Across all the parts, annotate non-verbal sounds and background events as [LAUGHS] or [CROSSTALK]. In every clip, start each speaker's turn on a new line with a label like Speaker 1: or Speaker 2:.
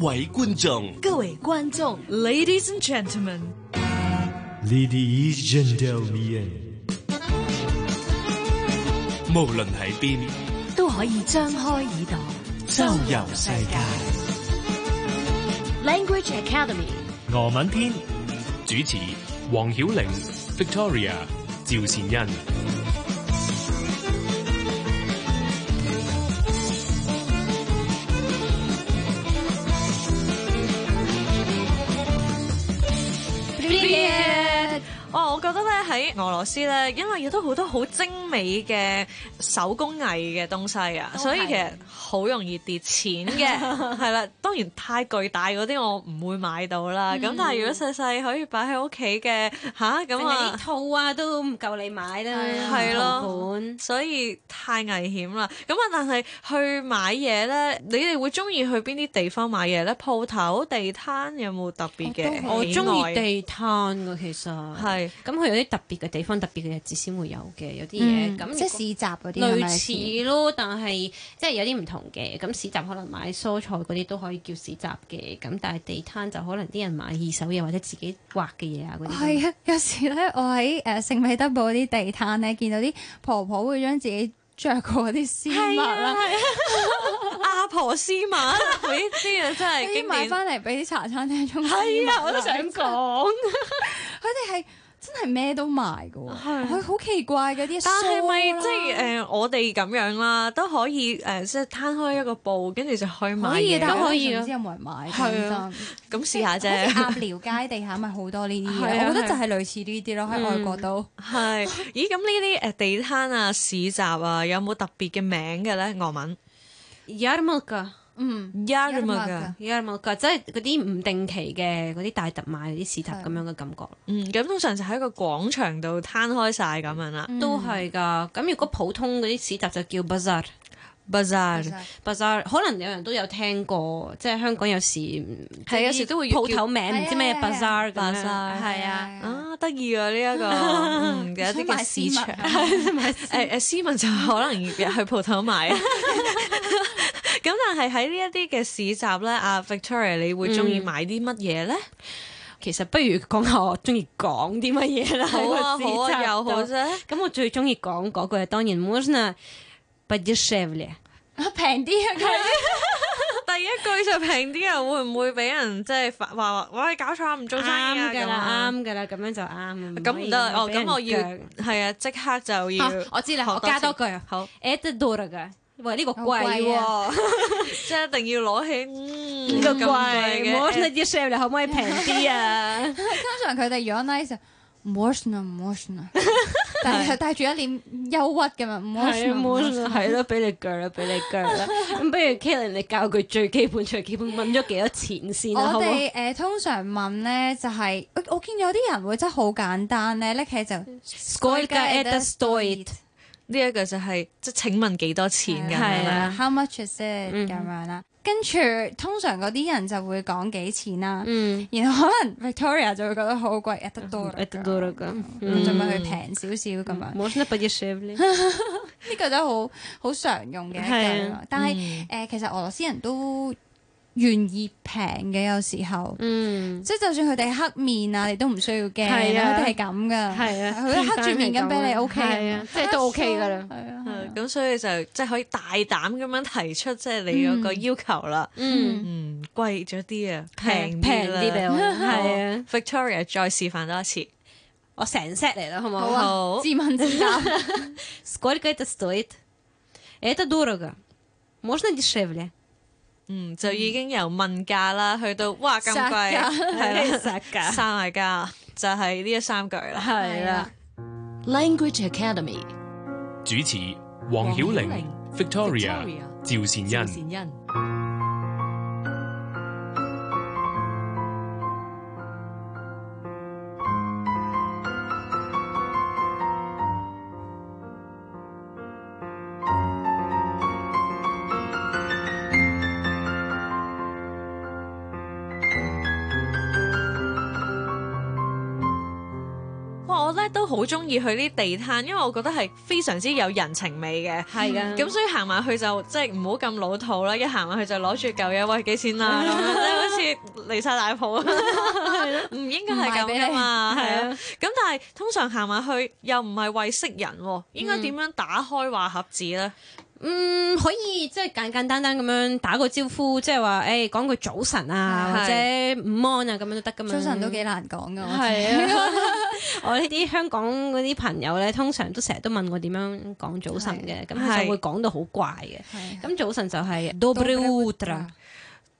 Speaker 1: 位觀眾，
Speaker 2: 各位觀眾，Ladies and Gentlemen，
Speaker 3: Ladies gentlemen，
Speaker 1: 無論喺邊，
Speaker 2: 都可以張開耳朵。
Speaker 1: 周遊世界。
Speaker 2: Language Academy，
Speaker 3: 俄文篇
Speaker 4: 主持黃曉玲、Victoria、趙善恩。
Speaker 5: 哦，我覺得咧喺俄羅斯咧，因為亦都好多好精美嘅手工藝嘅東西啊，所以其實好容易跌錢
Speaker 6: 啊
Speaker 5: 嘅，
Speaker 6: [LAUGHS]
Speaker 5: 係啦。當然太巨大嗰啲我唔會買到啦。咁、但係如果細細可以擺喺屋企嘅吓，咁
Speaker 6: 淨係啲
Speaker 5: 啊，
Speaker 6: 套啊都唔夠你買啦，
Speaker 5: 係咯
Speaker 6: 同款
Speaker 5: 所以太危險啦。咁啊，但係去買嘢咧，你哋會中意去邊啲地方買嘢咧？鋪頭、地攤有冇特別嘅喜愛？
Speaker 6: 我中意地攤嘅其實
Speaker 5: 係
Speaker 6: 咁佢有啲特別嘅地方、特別嘅日子先會有嘅，有啲
Speaker 7: 嗯
Speaker 6: 嘢咁
Speaker 7: 即係市集嗰啲係咪
Speaker 6: 類似咯，但係即係有啲唔同嘅。咁市集可能買蔬菜嗰啲都可以叫市集嘅，咁但係地攤就可能啲人買二手嘢或者自己畫嘅嘢啊嗰啲。
Speaker 7: 係啊，
Speaker 5: 嗯
Speaker 7: 有時咧，我喺誒聖彼得堡啲地攤咧，見到啲婆婆會將自己着過嗰啲絲襪
Speaker 5: 啊
Speaker 7: 啦，
Speaker 5: 阿婆斯馬，呢啲嘢真係
Speaker 7: 跟
Speaker 5: 經
Speaker 7: 住買
Speaker 5: 典。
Speaker 7: 翻嚟俾啲茶餐廳中
Speaker 6: 係啊，我都想講。
Speaker 7: 佢哋係真係咩都賣嘅喎，佢好奇怪嘅啲，
Speaker 5: 但係
Speaker 7: [LAUGHS]
Speaker 5: 咪即係誒、
Speaker 7: 啊
Speaker 5: 呃我哋咁樣啦，都可以誒、呃即係攤開一個布，跟住就去呃買
Speaker 7: 可以，
Speaker 5: 嘢
Speaker 7: 但係
Speaker 5: 咁
Speaker 7: 我
Speaker 6: 可以
Speaker 7: 唔
Speaker 6: 啊
Speaker 7: 知有冇人買。
Speaker 5: 係
Speaker 7: 係
Speaker 5: 啊
Speaker 7: 啊，
Speaker 5: 咁試下啫。
Speaker 7: 好似鴨寮街地下咪好多呢啲
Speaker 5: 係
Speaker 7: 嘢，
Speaker 5: 啊
Speaker 7: 我覺得就係類似呢啲咯，喺外國都。
Speaker 5: 係，咦？咁呢啲誒地攤啊、市集啊，有冇特別嘅名嘅咧？俄文
Speaker 6: Yarmulke
Speaker 7: 嗯，
Speaker 5: y a r m a
Speaker 7: Yarmulke
Speaker 5: k
Speaker 6: Yarmulke 即係嗰啲唔定期嘅嗰啲大特賣嗰啲市集咁樣嘅感覺。
Speaker 5: 嗯，咁通常就喺個廣場度攤開晒咁樣啦。
Speaker 6: 都係
Speaker 5: 嗯
Speaker 6: 㗎。咁如果普通嗰啲市集就叫 bazaar。
Speaker 7: 嗯
Speaker 5: Bazaar
Speaker 6: bazaar 可能有人都有聽過，即係香港有時係
Speaker 5: 係啊有時都會叫
Speaker 6: 鋪頭名唔知咩
Speaker 7: 係啊係
Speaker 6: bazaar 咁樣，
Speaker 5: Bazaar
Speaker 6: 係啊，
Speaker 5: 啊，得意啊！呢一個嗯有一啲嘅市場。 [LAUGHS] 誒誒，斯文就可能要去鋪頭買。咁但係喺呢一啲嘅市集咧，阿 Victoria，你會中意買啲乜嘢咧？
Speaker 6: 其實不如講下我中意講啲乜嘢啦，
Speaker 5: 好啊
Speaker 6: 喺個市
Speaker 5: 好啊，
Speaker 6: 集
Speaker 5: 又好
Speaker 6: 度。
Speaker 5: 啫。
Speaker 6: 咁我最中意講嗰句當然 можно подешевле。
Speaker 7: 啊平啲啊，
Speaker 5: 第一句就平啲啊，會唔會俾人即係發話話喂搞錯唔做生意啊
Speaker 6: 啱㗎
Speaker 5: 咁
Speaker 6: 啦，
Speaker 5: 啊？
Speaker 6: 啱㗎啦，咁樣就啱。
Speaker 5: 咁唔得
Speaker 6: 可以
Speaker 5: 哦，
Speaker 6: 俾人
Speaker 5: 咁我要
Speaker 6: 腳
Speaker 5: 係啊，即刻就要
Speaker 6: 啊。我知啦，
Speaker 5: 學
Speaker 6: 我加多
Speaker 5: 次
Speaker 6: 句啊
Speaker 5: [LAUGHS] 好，
Speaker 6: ，это дорого。喂，呢個
Speaker 7: 好貴
Speaker 6: 貴
Speaker 5: 啊
Speaker 6: 喎，
Speaker 5: 哦即係一定要攞起嗯
Speaker 6: 呢個
Speaker 5: 咁貴
Speaker 6: 貴啊
Speaker 5: 嘅。
Speaker 6: ，можно дешевле 可唔可以平 [LAUGHS] 啲啊？
Speaker 7: 通常佢哋如果 nice 就唔 w a s h 唔 w a
Speaker 6: [LAUGHS]
Speaker 7: s h 啊但係佢帶住一臉憂鬱咁樣，唔 w a
Speaker 6: 係
Speaker 7: s h
Speaker 6: 啊，
Speaker 7: 唔 w
Speaker 6: 冇
Speaker 7: a s
Speaker 6: 錯
Speaker 7: h
Speaker 6: 係咯，俾你鋸啦，俾你鋸 [LAUGHS] 啦。咁不如 Kalen，你教佢最基本、最基本，問咗幾多錢先啊啦，好唔
Speaker 7: 我
Speaker 6: 好？
Speaker 7: 哋誒、呃通常問咧就係、我我見有啲人會真係好簡單咧，拎起就
Speaker 6: Skoika at the stoit
Speaker 5: 呢一個就係即係請問幾多錢咁樣
Speaker 6: 係嗯
Speaker 5: 啦
Speaker 6: 啊。
Speaker 7: h o w much is it 咁樣啦。跟住通常嗰啲人就會講幾錢啦，
Speaker 6: 嗯
Speaker 7: 然後可能 Victoria 就會覺得好貴
Speaker 6: [LAUGHS]
Speaker 7: ，at the door
Speaker 6: ，at the door 嗯咁，
Speaker 7: 咁就咪去平少少咁樣。
Speaker 6: 冇得不要 shave 咧。 [LAUGHS]
Speaker 7: 呢個都好好常用嘅一句
Speaker 6: 係
Speaker 7: 咯
Speaker 6: 啊。
Speaker 7: 但係誒、
Speaker 5: 嗯
Speaker 7: 呃其實俄羅斯人都願意平嘅，有時候。
Speaker 6: 嗯，
Speaker 7: 即係就算佢哋黑面啊，你都唔需要驚，
Speaker 6: 係啊
Speaker 7: 佢哋係咁噶，
Speaker 6: 係啊，
Speaker 7: 佢都黑住面咁俾你 O K
Speaker 6: 係啊，即係都 OK 噶啦。
Speaker 7: 係啊，
Speaker 5: 係咁所以就即係可以大膽咁樣提出即係你嗰個要求啦。
Speaker 6: 嗯，
Speaker 5: 嗯，貴咗啲啊，
Speaker 6: 平
Speaker 5: 平
Speaker 6: 平啲俾
Speaker 5: 啦
Speaker 6: [LAUGHS]
Speaker 5: 哦
Speaker 6: 我，係啊，
Speaker 5: Victoria 再示範多一次。
Speaker 6: 我成 set 嚟啦，好唔
Speaker 7: 好
Speaker 6: 好
Speaker 7: 啊，
Speaker 5: 好
Speaker 7: 自問自答，
Speaker 6: ？Skoika это стоит? Это дорого. Можно [LAUGHS] дешевле?
Speaker 5: 嗯，就已經由問價啦，去到哇咁
Speaker 7: 殺
Speaker 5: 貴，
Speaker 6: [LAUGHS]
Speaker 7: 價
Speaker 5: 係啦，
Speaker 6: 實㗎
Speaker 5: 三埋價就係呢一三句啦。
Speaker 6: [LAUGHS] [LAUGHS] 係啊啦。
Speaker 2: Language Academy，
Speaker 4: 主持黃曉
Speaker 2: 黃曉玲
Speaker 4: 玲、Victoria、趙善恩。
Speaker 2: 恩。
Speaker 5: 哇，我咧都好中意去呢啲地攤，因為我覺得係非常之有人情味嘅。
Speaker 6: 係啊㗎
Speaker 5: 咁所以行埋去就即係唔好咁老土啦，一行埋去就攞住嚿嘢，喂幾錢 [LAUGHS] 啊？咁樣即係好似離晒大譜，唔應該係咁噶嘛，
Speaker 6: 唔賣俾
Speaker 5: 係
Speaker 6: 你
Speaker 5: 啊。咁但係通常行埋去又唔係為識人喎，應該點樣打開話匣子咧？
Speaker 6: 嗯，可以即係簡簡單單咁樣打個招呼，即係話誒講句早晨啊，或者
Speaker 5: 係
Speaker 6: 午安啊咁樣都得噶嘛。
Speaker 7: 早
Speaker 6: [LAUGHS]
Speaker 7: 晨都幾難講噶，我
Speaker 6: 係啊！ [LAUGHS] 我呢啲香港嗰啲朋友咧，通常都成日都問我點樣講早晨嘅，咁佢
Speaker 5: 係
Speaker 6: 就會講到好怪嘅。
Speaker 7: 係
Speaker 6: 咁早晨就
Speaker 7: [LAUGHS]
Speaker 6: 係 Dobre
Speaker 7: Utro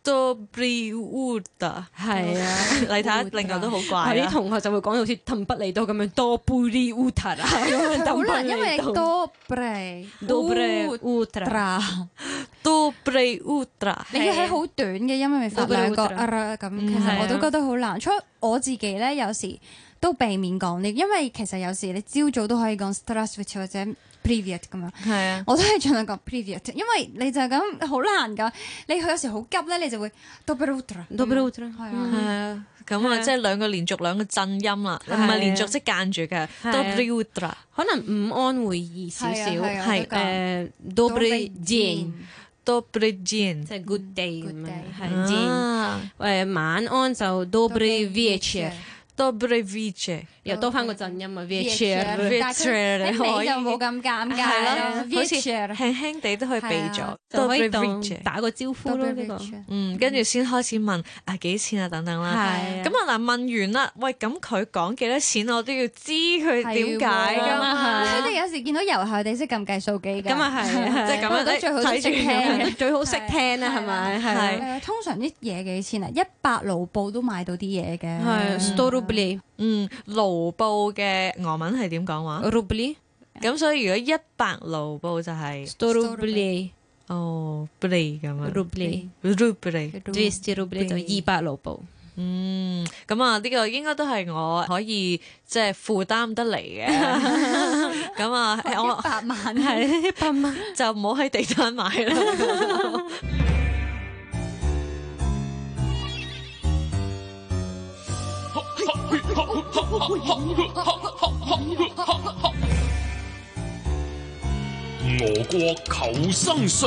Speaker 6: Utro，
Speaker 5: Dobry Uda，
Speaker 6: 係啊。
Speaker 5: [LAUGHS] 你睇下，另外都好
Speaker 6: 我
Speaker 5: 怪
Speaker 6: 啲
Speaker 5: 啊。
Speaker 6: 同學就會講到好似氹不利多咁樣，Dobre Utra 啊咁樣
Speaker 7: 好
Speaker 6: 氹不
Speaker 7: 難，因為
Speaker 6: 利多。
Speaker 7: 多 b
Speaker 6: Dobre Utra，
Speaker 7: tra，
Speaker 5: Dobry Uda，
Speaker 7: 你要喺好短嘅音咪發
Speaker 6: Dobre
Speaker 7: 兩個
Speaker 6: Utra
Speaker 7: r 咁，
Speaker 5: 嗯
Speaker 7: 其
Speaker 5: 係
Speaker 7: 實
Speaker 5: 啊
Speaker 7: 我都覺得好難。所以我自己咧有時都避免講呢，因為其實有時你朝早都可以講 stress 或者 previous 咁樣。
Speaker 5: 係啊。
Speaker 7: 我都係盡量講 previous，因為你就係咁好難㗎。你有時好急咧，你就會 double ultra。
Speaker 6: Dobre Utra，
Speaker 7: 係啊
Speaker 5: 係
Speaker 6: 嗯
Speaker 5: 啊，咁啊，
Speaker 6: 係啊
Speaker 5: 即係兩個連續兩個震音啦，唔
Speaker 6: 係啊
Speaker 5: 係連續即係間住嘅
Speaker 6: 係啊
Speaker 5: d o b r u d r a
Speaker 6: 可能午安會易少少，
Speaker 7: 係啊係啊
Speaker 6: 係
Speaker 7: 我都
Speaker 6: 誒
Speaker 7: 覺
Speaker 6: Dobre Jane，
Speaker 5: d o b r j i n
Speaker 6: 即係 good day
Speaker 7: 嗯
Speaker 6: 咁樣
Speaker 7: Good day，
Speaker 5: 啊
Speaker 6: 係 Jane。誒晚安就 Dobre Vecchia，
Speaker 5: d o b r v i c e
Speaker 6: 又多翻個震
Speaker 7: 哦
Speaker 6: 音啊
Speaker 5: Vecchia，
Speaker 6: Vecchia。
Speaker 7: 但係佢
Speaker 5: 你
Speaker 7: 你
Speaker 5: 可
Speaker 7: 尾
Speaker 5: 以
Speaker 7: 就冇咁尷尬
Speaker 5: 係
Speaker 7: 啦
Speaker 5: 咯，好似
Speaker 7: Vecchia
Speaker 5: 輕輕地都可以避
Speaker 7: 係
Speaker 5: 咗
Speaker 7: 啊
Speaker 5: d o
Speaker 6: 就
Speaker 5: b
Speaker 6: 可
Speaker 5: r
Speaker 6: 以
Speaker 5: v i
Speaker 6: 當
Speaker 5: c e
Speaker 6: 打個招呼咯，呢個
Speaker 7: Vecchia
Speaker 5: 嗯，跟住先開始問啊幾錢啊等等啦。
Speaker 6: 係啊
Speaker 5: 咁啊嗱，問完啦，喂，咁佢講幾多錢，我都要知佢點解
Speaker 7: 係
Speaker 5: 㗎
Speaker 7: 喎
Speaker 5: 嘛。
Speaker 7: 佢哋有時見到遊客，哋識撳計數機㗎。
Speaker 6: 咁啊係啊，
Speaker 5: 即係咁啊
Speaker 7: 我覺得最好都識聽
Speaker 6: 睇住。
Speaker 7: 嘅
Speaker 6: 最好識聽啊啦，
Speaker 7: 啊
Speaker 6: 係咪？係
Speaker 7: 誒通常啲嘢幾錢啊？一百盧布都買到啲嘢嘅。
Speaker 6: 係 s t o r u b l y
Speaker 5: 嗯，盧布嘅俄文係點講話？
Speaker 6: r u b l y
Speaker 5: 咁所以如果一百盧布就係
Speaker 6: s t o r u b l y
Speaker 5: 哦 b l y 咁啊
Speaker 6: r u b l y
Speaker 5: ruble。
Speaker 6: d i s t r u b l y 就二百盧布。
Speaker 5: 嗯，咁啊，呢個應該都係我可以即係負擔得嚟 [LAUGHS] 嘅。咁啊，
Speaker 7: 哦一
Speaker 5: 我
Speaker 7: 百萬係一百萬。
Speaker 5: 就唔好喺地攤買 [LAUGHS] 啦。
Speaker 4: 俄國求生術，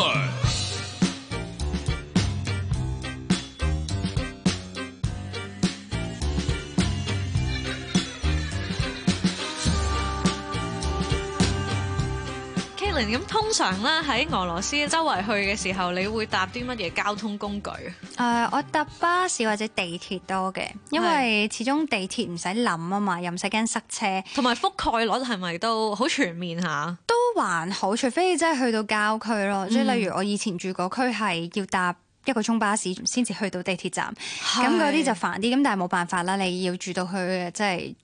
Speaker 5: Kalen，咁通常咧喺俄羅斯周圍去嘅時候，你會搭啲乜嘢交通工具？
Speaker 7: 誒、我搭巴士或者地鐵多嘅，因為始終地鐵唔使諗啊嘛，又唔使驚塞車，
Speaker 5: 同埋覆蓋率係咪都好全面下？
Speaker 7: 都還好。除非真係去到郊區咯，即係、例如我以前住嗰區係要搭一個鐘巴士先至去到地鐵站，咁嗰啲就煩啲。咁但係冇辦法啦，你要住到去即係。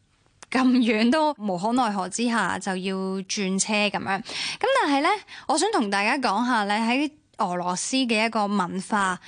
Speaker 7: 咁遠都無可奈何之下，就要轉車咁樣。咁但係呢，我想同大家講下咧，喺俄羅斯嘅一個文化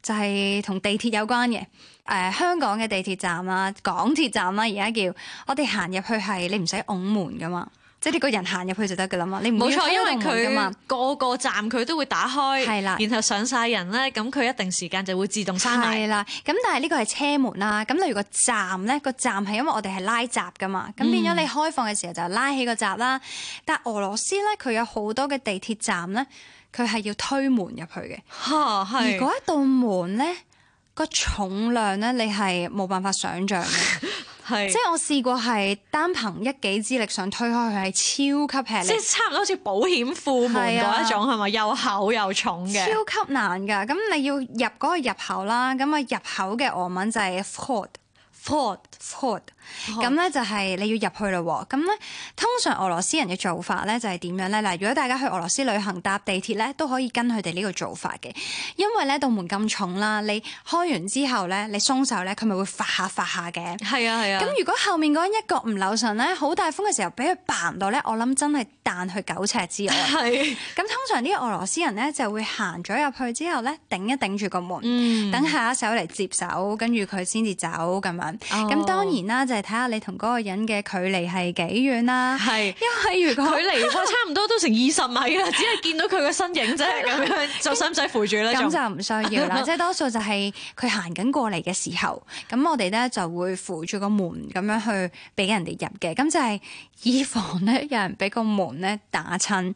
Speaker 7: 就係、同地鐵有關嘅。誒、香港嘅地鐵站啦、港鐵站啦，而家叫我哋行入去係你唔使拱門噶嘛，即係你個人行入去就得噶啦嘛，你唔
Speaker 5: 冇
Speaker 7: 會
Speaker 5: 錯，因為
Speaker 7: 噶嘛
Speaker 5: 佢。個個站佢都會打開，
Speaker 7: 係啦
Speaker 5: 然後上晒人咧，咁佢一定時間就會自動閂埋
Speaker 7: 係。啦，咁但係呢個係車門啦。咁例如個站咧，個站係因為我哋係拉閘噶嘛，
Speaker 5: 嗯
Speaker 7: 咁變咗你開放嘅時候就拉起個閘啦。但係俄羅斯咧，佢有好多嘅地鐵站咧，佢係要推門入去嘅。
Speaker 5: 嚇，
Speaker 7: 而
Speaker 5: 係。
Speaker 7: 嗰一道門咧，個重量咧，你係冇辦法想
Speaker 5: [LAUGHS]
Speaker 7: 像嘅。
Speaker 5: 係
Speaker 7: 即係我試過係單憑一己之力想推開佢，係超級吃
Speaker 5: 即
Speaker 7: 力。
Speaker 5: 係差唔多好似保險庫門
Speaker 7: 係啊
Speaker 5: 嗰一種係咪？又厚又重嘅。
Speaker 7: 超級難㗎，咁你要入嗰個入口啦，咁啊入口嘅俄文就係 vhod vhod vhod，咁
Speaker 5: 哦
Speaker 7: 咧就係你要入去咯喎，咁咧通常俄羅斯人嘅做法咧就係點樣咧？嗱，如果大家去俄羅斯旅行搭地鐵咧，都可以跟佢哋呢個做法嘅，因為咧道門咁重啦，你開完之後咧，你鬆手咧，佢咪會發下發下嘅。
Speaker 5: 係啊係啊。
Speaker 7: 咁如果後面嗰個人一腳唔留神咧，好大風嘅時候俾佢扮到咧，我諗真係彈去九尺之外。
Speaker 5: [LAUGHS] 係
Speaker 7: 咁通常啲俄羅斯人咧就會行咗入去之後咧，頂一頂住個門，
Speaker 5: 嗯
Speaker 7: 等下一手嚟接手，跟住佢先至走咁
Speaker 5: 哦
Speaker 7: 樣。咁、當然啦，就係、係睇下你同嗰個人嘅距離係幾遠
Speaker 5: [LAUGHS]
Speaker 7: 啦。 [LAUGHS]
Speaker 5: 係
Speaker 7: 因為如果
Speaker 5: 距離哇差唔多都成二十米
Speaker 7: [LAUGHS]
Speaker 5: 啦，只係見到佢個身影啫，咁樣就使唔使扶住咧？
Speaker 7: 咁
Speaker 5: 仲
Speaker 7: 就唔需要啦，即係多數就係佢行緊過嚟嘅時候，咁我哋咧就會扶住個門咁樣去俾人哋入嘅，咁就係以防咧有人俾個門咧打親。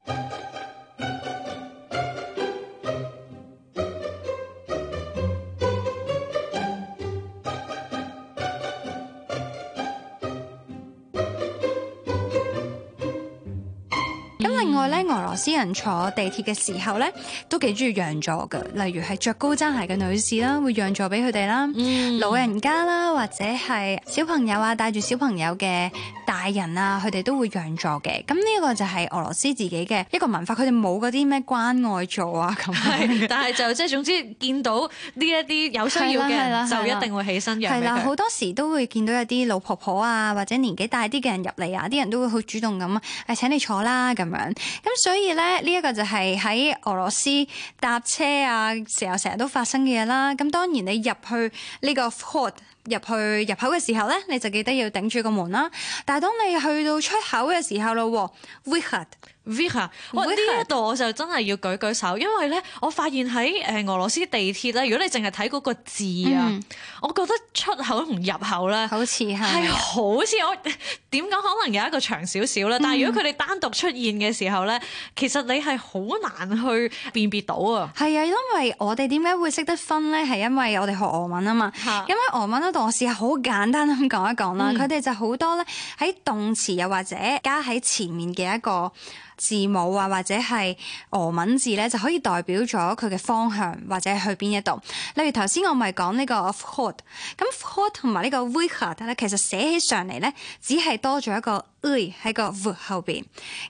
Speaker 7: 咁另外咧，俄羅斯人坐地鐵嘅時候咧，都幾中意讓座嘅，例如係着高踭鞋嘅女士啦，會讓座俾佢哋啦，
Speaker 5: 嗯
Speaker 7: 老人家啦，或者係小朋友啊，帶住小朋友嘅大人啊，佢哋都會讓座嘅。咁呢個就係俄羅斯自己嘅一個文化，佢哋冇嗰啲咩關愛座啊咁
Speaker 5: [LAUGHS]
Speaker 7: 樣
Speaker 5: 係，但係就即係總之見到呢一啲有需要嘅
Speaker 7: 係啦
Speaker 5: 人，
Speaker 7: 係啦
Speaker 5: 就一定會起身讓
Speaker 7: 係
Speaker 5: 俾
Speaker 7: 啦，好
Speaker 5: 佢。
Speaker 7: 多時都會見到有啲老婆婆啊，或者年紀大啲嘅人入嚟啊，啲人都會好主動咁誒請你坐啦咁樣。咁所以咧，呢、一個就係喺俄羅斯搭車啊時候成日都發生嘅嘢啦。咁當然你入去呢個 court。入去入口嘅時候咧，你就記得要頂住個門啦。但係當你去到出口嘅時候咯喎 wychod
Speaker 5: Vika，哇！呢
Speaker 7: Vika
Speaker 5: 一度我就真係要舉舉手，因為咧，我發現喺誒俄羅斯地鐵咧，如果你淨係睇嗰個字啊，
Speaker 7: 嗯
Speaker 5: 我覺得出口同入口咧。
Speaker 7: 好似
Speaker 5: 係
Speaker 7: 係啊
Speaker 5: 好似我點講，可能有一個長少少
Speaker 7: 嗯
Speaker 5: 啦。但係如果佢哋單獨出現嘅時候咧，其實你係好難去辨別到啊。
Speaker 7: 係啊，因為我哋點解會識得分咧？係因為我哋學俄文啊嘛。
Speaker 5: 嚇
Speaker 7: 因為俄文嗰度，我試下好簡單咁講一講啦。
Speaker 5: 嗯
Speaker 7: 佢哋、就好多咧喺動詞又或者加喺前面嘅一個字母啊，或者係俄文字咧，就可以代表咗佢嘅方向或者去邊一度。例如頭先我咪講呢個 of court，咁 of court 同埋呢個 w i c h a d 咧，其實寫起上嚟咧，只係多咗一個 i 喺個 v 後邊。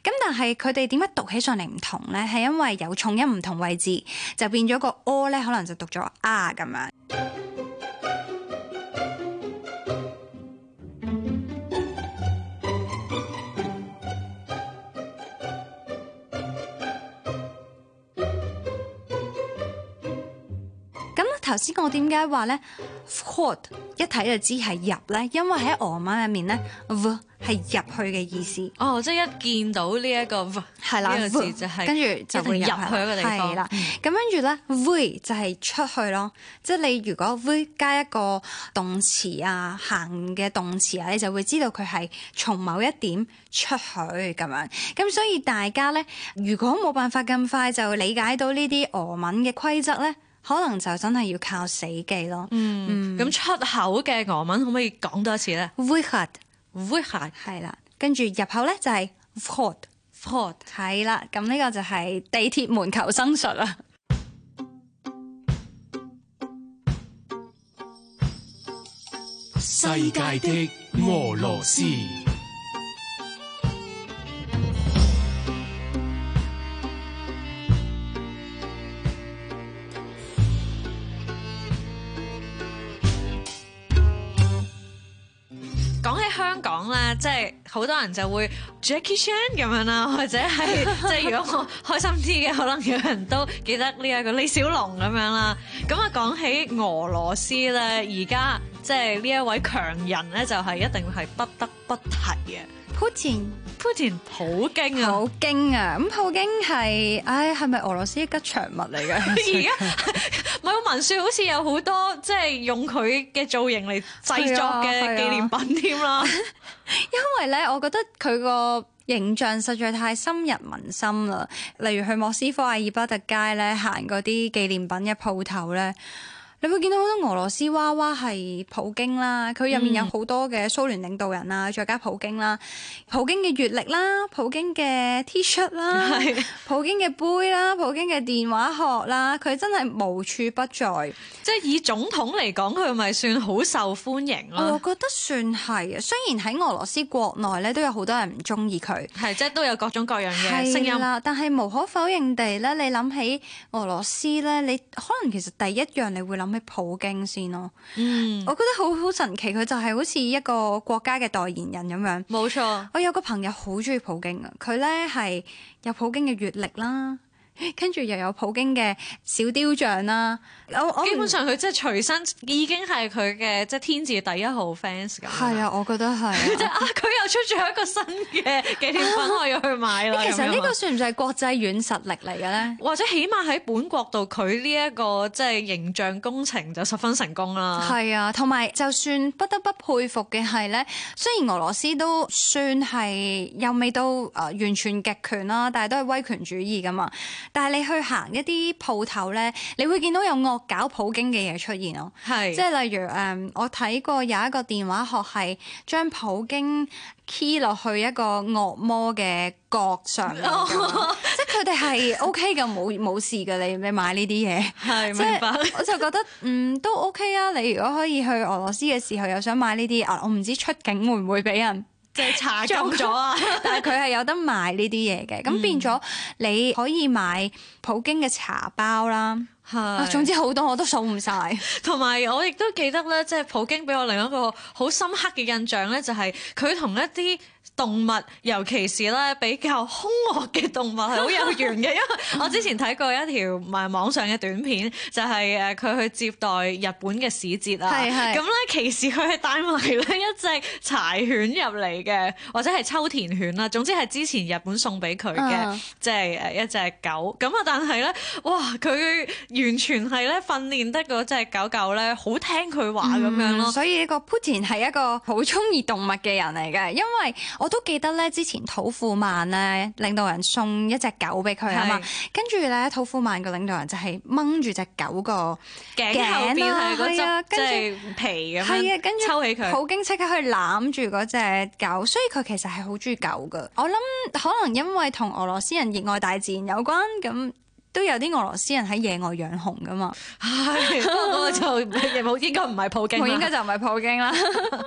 Speaker 7: 咁但係佢哋點解讀起上嚟唔同咧？係因為有重音唔同位置，就變咗個 o 咧，可能就讀咗啊咁樣。咁啊頭先我點解話咧 f o r d 一睇就知係入咧？因為喺俄文入面咧 v 係入去嘅意思，
Speaker 5: 哦，即係一見到呢一個 v，
Speaker 7: 係啦，
Speaker 5: 呢個
Speaker 7: v，
Speaker 5: 字就係
Speaker 7: 跟住就會
Speaker 5: 一定入
Speaker 7: 係啦
Speaker 5: 去一個地方
Speaker 7: 係啦。咁跟住咧 v 就係出去咯，即係你如果 v 加一個動詞啊，行嘅動詞啊，你就會知道佢係從某一點出去咁樣。咁所以大家咧，如果冇辦法咁快就理解到呢啲俄文嘅規則咧，可能就真係要靠死記咯。
Speaker 5: 嗯，咁出口嘅俄文可唔可以講多一次咧
Speaker 7: v h a d
Speaker 5: v i k a
Speaker 7: 係啦，跟住入口咧就係 vhod。
Speaker 5: f o r d
Speaker 7: 係啦，咁呢個就係地鐵門求生術啦。
Speaker 1: 世
Speaker 4: 世界的俄羅斯，
Speaker 5: 講起香港咧，即係好多人就會 Jackie Chan 咁樣啦， [LAUGHS] 或者
Speaker 7: [LAUGHS]
Speaker 5: 係即係如果我開心啲嘅，可能有人都記得呢一個李小龍咁樣啦。咁啊講起俄羅斯咧，而家即係呢一位強人咧，就係一定係不得不提嘅
Speaker 7: Putin
Speaker 5: Putin 普京啊！
Speaker 7: 普京啊，咁普京係，唉，係咪俄羅斯吉祥物嚟 [LAUGHS] 嘅？
Speaker 5: 而家 [LAUGHS] 唔係文書好似有好多即係用佢嘅造型嚟製作嘅
Speaker 7: 係啊係啊
Speaker 5: 紀念品添啦。
Speaker 7: [LAUGHS] 因為咧，我覺得佢個形象實在太深入民心啦。例如去莫斯科阿爾巴特街咧，行嗰啲紀念品嘅鋪頭咧。你會見到好多俄羅斯娃娃係普京啦，佢入面有好多嘅蘇聯領導人啊，再加普京啦，普京嘅月曆啦，普京嘅 T-shirt 啦，普京嘅杯啦，普京嘅電話殼啦，佢真係無處不在。
Speaker 5: 即係以總統嚟講，佢咪算好受歡迎
Speaker 7: 我
Speaker 5: 咯。
Speaker 7: 覺得算係啊，雖然喺俄羅斯國內咧都有好多人唔中意佢，
Speaker 5: 係即係都有各種各樣嘅聲
Speaker 7: 係
Speaker 5: 音。
Speaker 7: 啦，但係無可否認地咧，你諗起俄羅斯咧，你可能其實第一樣你會諗起普京先咯。
Speaker 5: 嗯，
Speaker 7: 我覺得好好神奇，佢就係好似一個國家嘅代言人咁樣。
Speaker 5: 冇錯。
Speaker 7: 我有個朋友好中意普京啊，佢咧係有普京嘅閲歷啦，跟住又有普京嘅小雕像啦。我我唔
Speaker 5: 基本上佢即係隨身已經係佢嘅即係天字第一號 fans 咁。
Speaker 7: 係，啊，我覺得係啊。 [LAUGHS]
Speaker 5: 佢就啊佢又出咗一個新嘅 [LAUGHS] 紀念品，我要去買啦。
Speaker 7: [LAUGHS] 其實
Speaker 5: 咁樣
Speaker 7: 呢
Speaker 5: 啊
Speaker 7: 個算唔算係國際軟實力嚟嘅咧？
Speaker 5: 或者起碼喺本國度，佢呢一個即係形象工程就十分成功啦。
Speaker 7: 係啊，同埋就算不得不佩服嘅係咧，雖然俄羅斯都算係又未到誒、呃完全極權啦，但係都係威權主義噶嘛。但係你去行一啲鋪頭咧，你會見到有惡搞普京嘅嘢出現咯。哦
Speaker 5: 係
Speaker 7: 即係例如誒、嗯我睇過有一個電話殼係將普京 key 落去一個惡魔嘅角上面㗎嘛，即係佢哋係 OK 嘅，冇冇事嘅。你你買呢啲嘢。
Speaker 5: 係
Speaker 7: 即
Speaker 5: 明白。
Speaker 7: 係我就覺得嗯都 OK 啊！你如果可以去俄羅斯嘅時候又想買呢啲啊，我唔知出境會唔會
Speaker 5: [LAUGHS]
Speaker 7: 俾人，
Speaker 5: 即係查禁咗啊！
Speaker 7: 但係佢係有得賣呢啲嘢嘅，
Speaker 5: 嗯
Speaker 7: 咁變咗你可以買普京嘅茶包啦， [LAUGHS] 啊
Speaker 5: 係
Speaker 7: 總之好多我都數唔晒。
Speaker 5: 同埋我亦都記得咧，即係普京俾我另一個好深刻嘅印象咧，就係佢同一啲動物，尤其是咧比較兇惡嘅動物係好有緣嘅。因為我之前睇過一條誒網上嘅短片，就係誒佢去接待日本嘅使節啊，
Speaker 7: 係
Speaker 5: 咁
Speaker 7: 係
Speaker 5: 咧其時佢係帶埋咧一隻柴犬入嚟嘅，或者係秋田犬啦，總之係之前日本送俾佢嘅。
Speaker 7: 嗯
Speaker 5: 即係誒一隻狗咁啊！但係咧，哇！佢完全係咧訓練得嗰隻狗狗咧，好聽佢話咁樣
Speaker 7: 嗯
Speaker 5: 咯。
Speaker 7: 所以呢個 Putin 係一個好中意動物嘅人嚟嘅，因為我都記得咧，之前土庫曼咧領導人送一隻狗俾佢啊嘛
Speaker 5: 係，
Speaker 7: 跟住咧土庫曼個領導人就係掹住隻狗個。
Speaker 5: 頸後邊係嗰
Speaker 7: 頸啊係啊
Speaker 5: 隻即
Speaker 7: 跟
Speaker 5: 係皮咁
Speaker 7: 係
Speaker 5: 樣
Speaker 7: 啊，跟住
Speaker 5: 抽起佢。
Speaker 7: 普京即刻去攬住嗰只狗，所以佢其實係好中意狗噶。我諗可能因為同俄羅斯人熱愛大自然有關，咁都有啲俄羅斯人喺野外養熊噶嘛。
Speaker 5: 係不過嗰個就冇應該唔係
Speaker 6: 啊
Speaker 5: 啊普京啦。
Speaker 7: 我應該就唔係普
Speaker 6: [LAUGHS]
Speaker 7: 京啦。 [LAUGHS]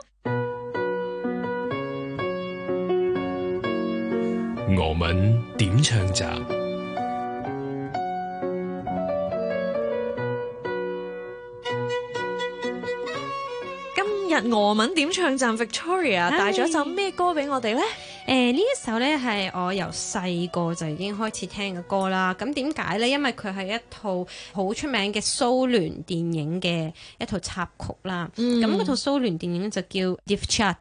Speaker 4: 俄文點唱集。
Speaker 5: 今日俄文點唱站 Victoria 帶咗一首咩歌俾我哋咧？
Speaker 6: 誒呢一首呢係我由細個就已經開始聽嘅歌啦。咁點解呢？因為佢係一套好出名嘅蘇聯電影嘅一套插曲啦。咁嗰、套蘇聯電影就叫《Devchata》，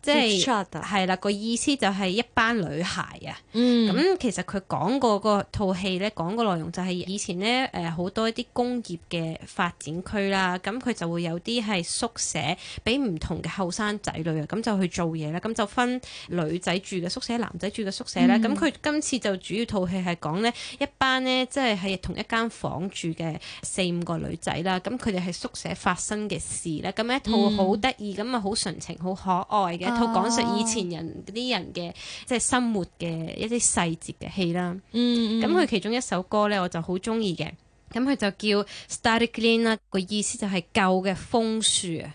Speaker 6: 即係
Speaker 5: Devchata
Speaker 6: 係啦個意思就係一班女孩啊。
Speaker 5: 嗯
Speaker 6: 咁、其實佢講過個套戲咧，講個內容就係以前咧誒好多一啲工業嘅發展區啦，咁佢就會有啲係宿舍俾唔同嘅後生仔女啊，咁就去做嘢啦，咁就分女仔住嘅宿舍、男仔住嘅宿舍啦。咁佢、今次就主要套戲係講咧一班咧即係係同一間房住嘅四五個女仔啦，咁佢哋係宿舍發生嘅事咧，咁一套好得意咁啊，好純情、好可愛嘅
Speaker 5: 啊
Speaker 6: 一套講述以前人啲人嘅。即係生活嘅一啲細節嘅戲啦。
Speaker 5: 嗯
Speaker 6: 咁佢、其中一首歌咧，我就好中意嘅。咁佢就叫 Stary Green 啦，個意思就係舊嘅楓樹啊，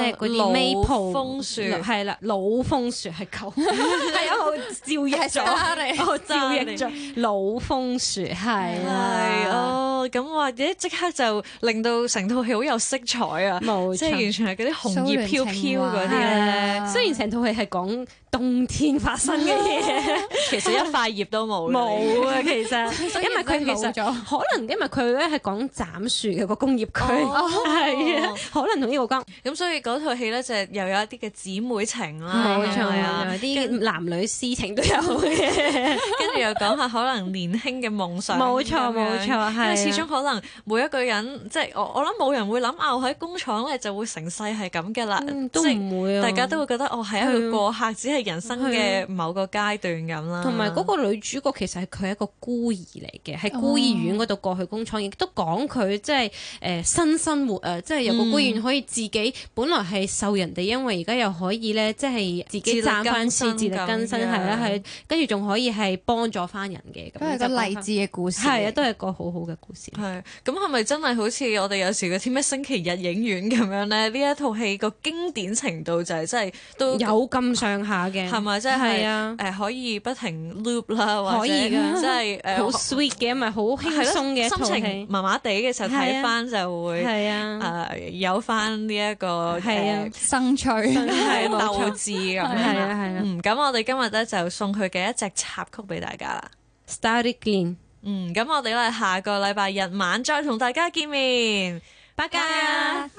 Speaker 6: 即係嗰啲 maple
Speaker 5: 風哦樹。
Speaker 6: 係啦，老楓樹
Speaker 5: [LAUGHS]
Speaker 6: 係舊，係啊，我照譯咗，我照譯咗老楓樹係啊
Speaker 5: 係
Speaker 6: 啦，
Speaker 5: 哦，咁或者即刻就令到成套戲好有色彩啊！
Speaker 6: 冇
Speaker 5: 即係
Speaker 6: 錯
Speaker 5: 完。全係嗰啲紅葉飄飄嗰啲
Speaker 6: 啊
Speaker 5: 咧，
Speaker 6: 雖然成套戲係講冬天發生嘅嘢，
Speaker 5: 其實一塊葉都 [LAUGHS] 冇啦。
Speaker 6: 冇啊，其實，
Speaker 7: 所以
Speaker 6: 因為佢其
Speaker 7: 真係冇
Speaker 6: 實
Speaker 7: 咗
Speaker 6: 可能因為佢咧係講斬樹嘅個工業區，係啊，可能同呢個關，
Speaker 5: 咁所以嗰套戲咧就係又有一啲嘅姊妹情啦，
Speaker 6: 冇錯
Speaker 5: 係咪啊
Speaker 6: 啊，，啲男女私情都有嘅，
Speaker 5: 跟住又講下可能年輕嘅夢想，
Speaker 6: 冇錯
Speaker 5: 咁樣
Speaker 6: 冇錯係
Speaker 5: 因
Speaker 6: 啊
Speaker 5: 為始終可能每一個人即係我我諗冇人會諗啊，我喺工廠咧就會成世係咁嘅啦
Speaker 6: 嗯，
Speaker 5: 即
Speaker 6: 都
Speaker 5: 係
Speaker 6: 唔會啊，
Speaker 5: 大家都會覺得我係一
Speaker 6: 係
Speaker 5: 個
Speaker 6: 啊
Speaker 5: 過客，只係人生嘅某個階段咁啦。
Speaker 6: 同埋嗰個女主角其實係佢係一個孤兒嚟嘅，喺孤兒院
Speaker 5: 哦
Speaker 6: 嗰度過去工廠，亦都講佢即係誒新生活啊，即係由個孤
Speaker 5: 嗯
Speaker 6: 兒院可以自己本來係受人哋，因為而家又可以咧，即係自
Speaker 5: 自力
Speaker 6: 己賺
Speaker 5: 更
Speaker 6: 翻錢，自
Speaker 5: 生
Speaker 6: 力更生
Speaker 5: 咁樣
Speaker 6: 係啦，係跟住仲可以係幫助翻人嘅，咁
Speaker 7: 都係
Speaker 6: 樣
Speaker 7: 個
Speaker 6: 就講
Speaker 7: 勵
Speaker 6: 返
Speaker 7: 志嘅故事。
Speaker 6: 係啊，都係個好好嘅故事。
Speaker 5: 係，咁係咪真係好似我哋有時嗰啲咩星期日影院咁樣咧？呢一套戲個經典程度就係真係都
Speaker 6: 有咁上下嘅，
Speaker 5: 係咪？即係
Speaker 6: 係啊，
Speaker 5: 誒可以不停 loop 啦，或
Speaker 6: 可
Speaker 5: 者
Speaker 6: 以㗎
Speaker 5: 即係誒
Speaker 6: 好 sweet 嘅，咪好輕
Speaker 5: 呃係咯
Speaker 6: 鬆嘅一
Speaker 5: 心
Speaker 6: 套
Speaker 5: 情
Speaker 6: 戲，
Speaker 5: 麻麻地嘅時候
Speaker 6: 係
Speaker 5: 睇
Speaker 6: 啊
Speaker 5: 翻就會
Speaker 6: 係啊，
Speaker 5: 誒有翻呢一個
Speaker 6: 係啊
Speaker 5: 誒
Speaker 7: 生趣。
Speaker 5: 係
Speaker 6: [LAUGHS] 係冇錯
Speaker 5: 鬥志咁樣啦。
Speaker 6: 係啊係啊
Speaker 5: 嗯，咁我哋今日咧就送佢嘅一隻插曲俾大家啦。
Speaker 6: ，Starry Green。
Speaker 5: 嗯，咁我哋咧下個禮拜日晚再同大家見面，拜拜啊！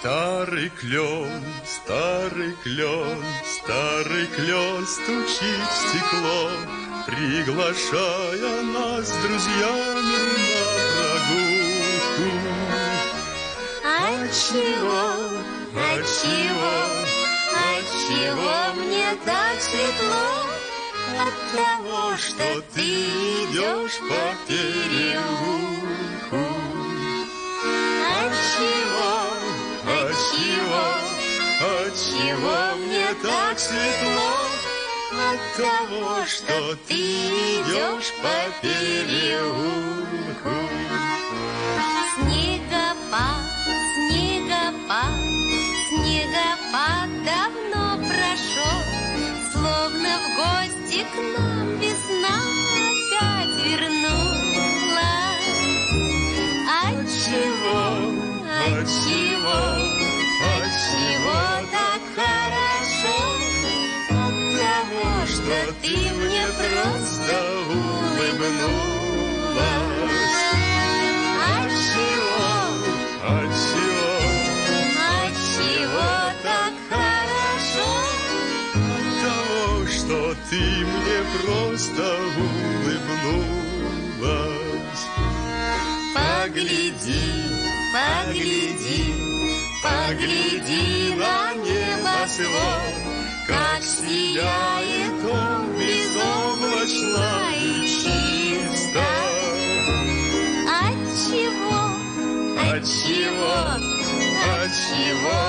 Speaker 8: Старый клен, старый клен, старый клен стучит в стекло, приглашая нас с друзьями на прогулку. Отчего, отчего,
Speaker 7: [LAUGHS]
Speaker 8: отчего мне так светло? От того, что ты идешь по переулку. Отчего, отчего, отчего мне так светло? От того, что ты идешь по переулку.
Speaker 9: Снегопад, снегопад, снегопад давно прошел, Словно в гости к нам весна опять вернулась. А Отчего, отчего, отчего так хорошо? От того, что ты мне просто улыбнулась. Отчего?
Speaker 8: Отчего,
Speaker 9: Отчего так хорошо?
Speaker 8: от того, что ты мне просто улыбнулась.
Speaker 9: Погляди, погляди, погляди на небосвод, Как сияет он безоблачно и чисто. Отчего, отчего, отчего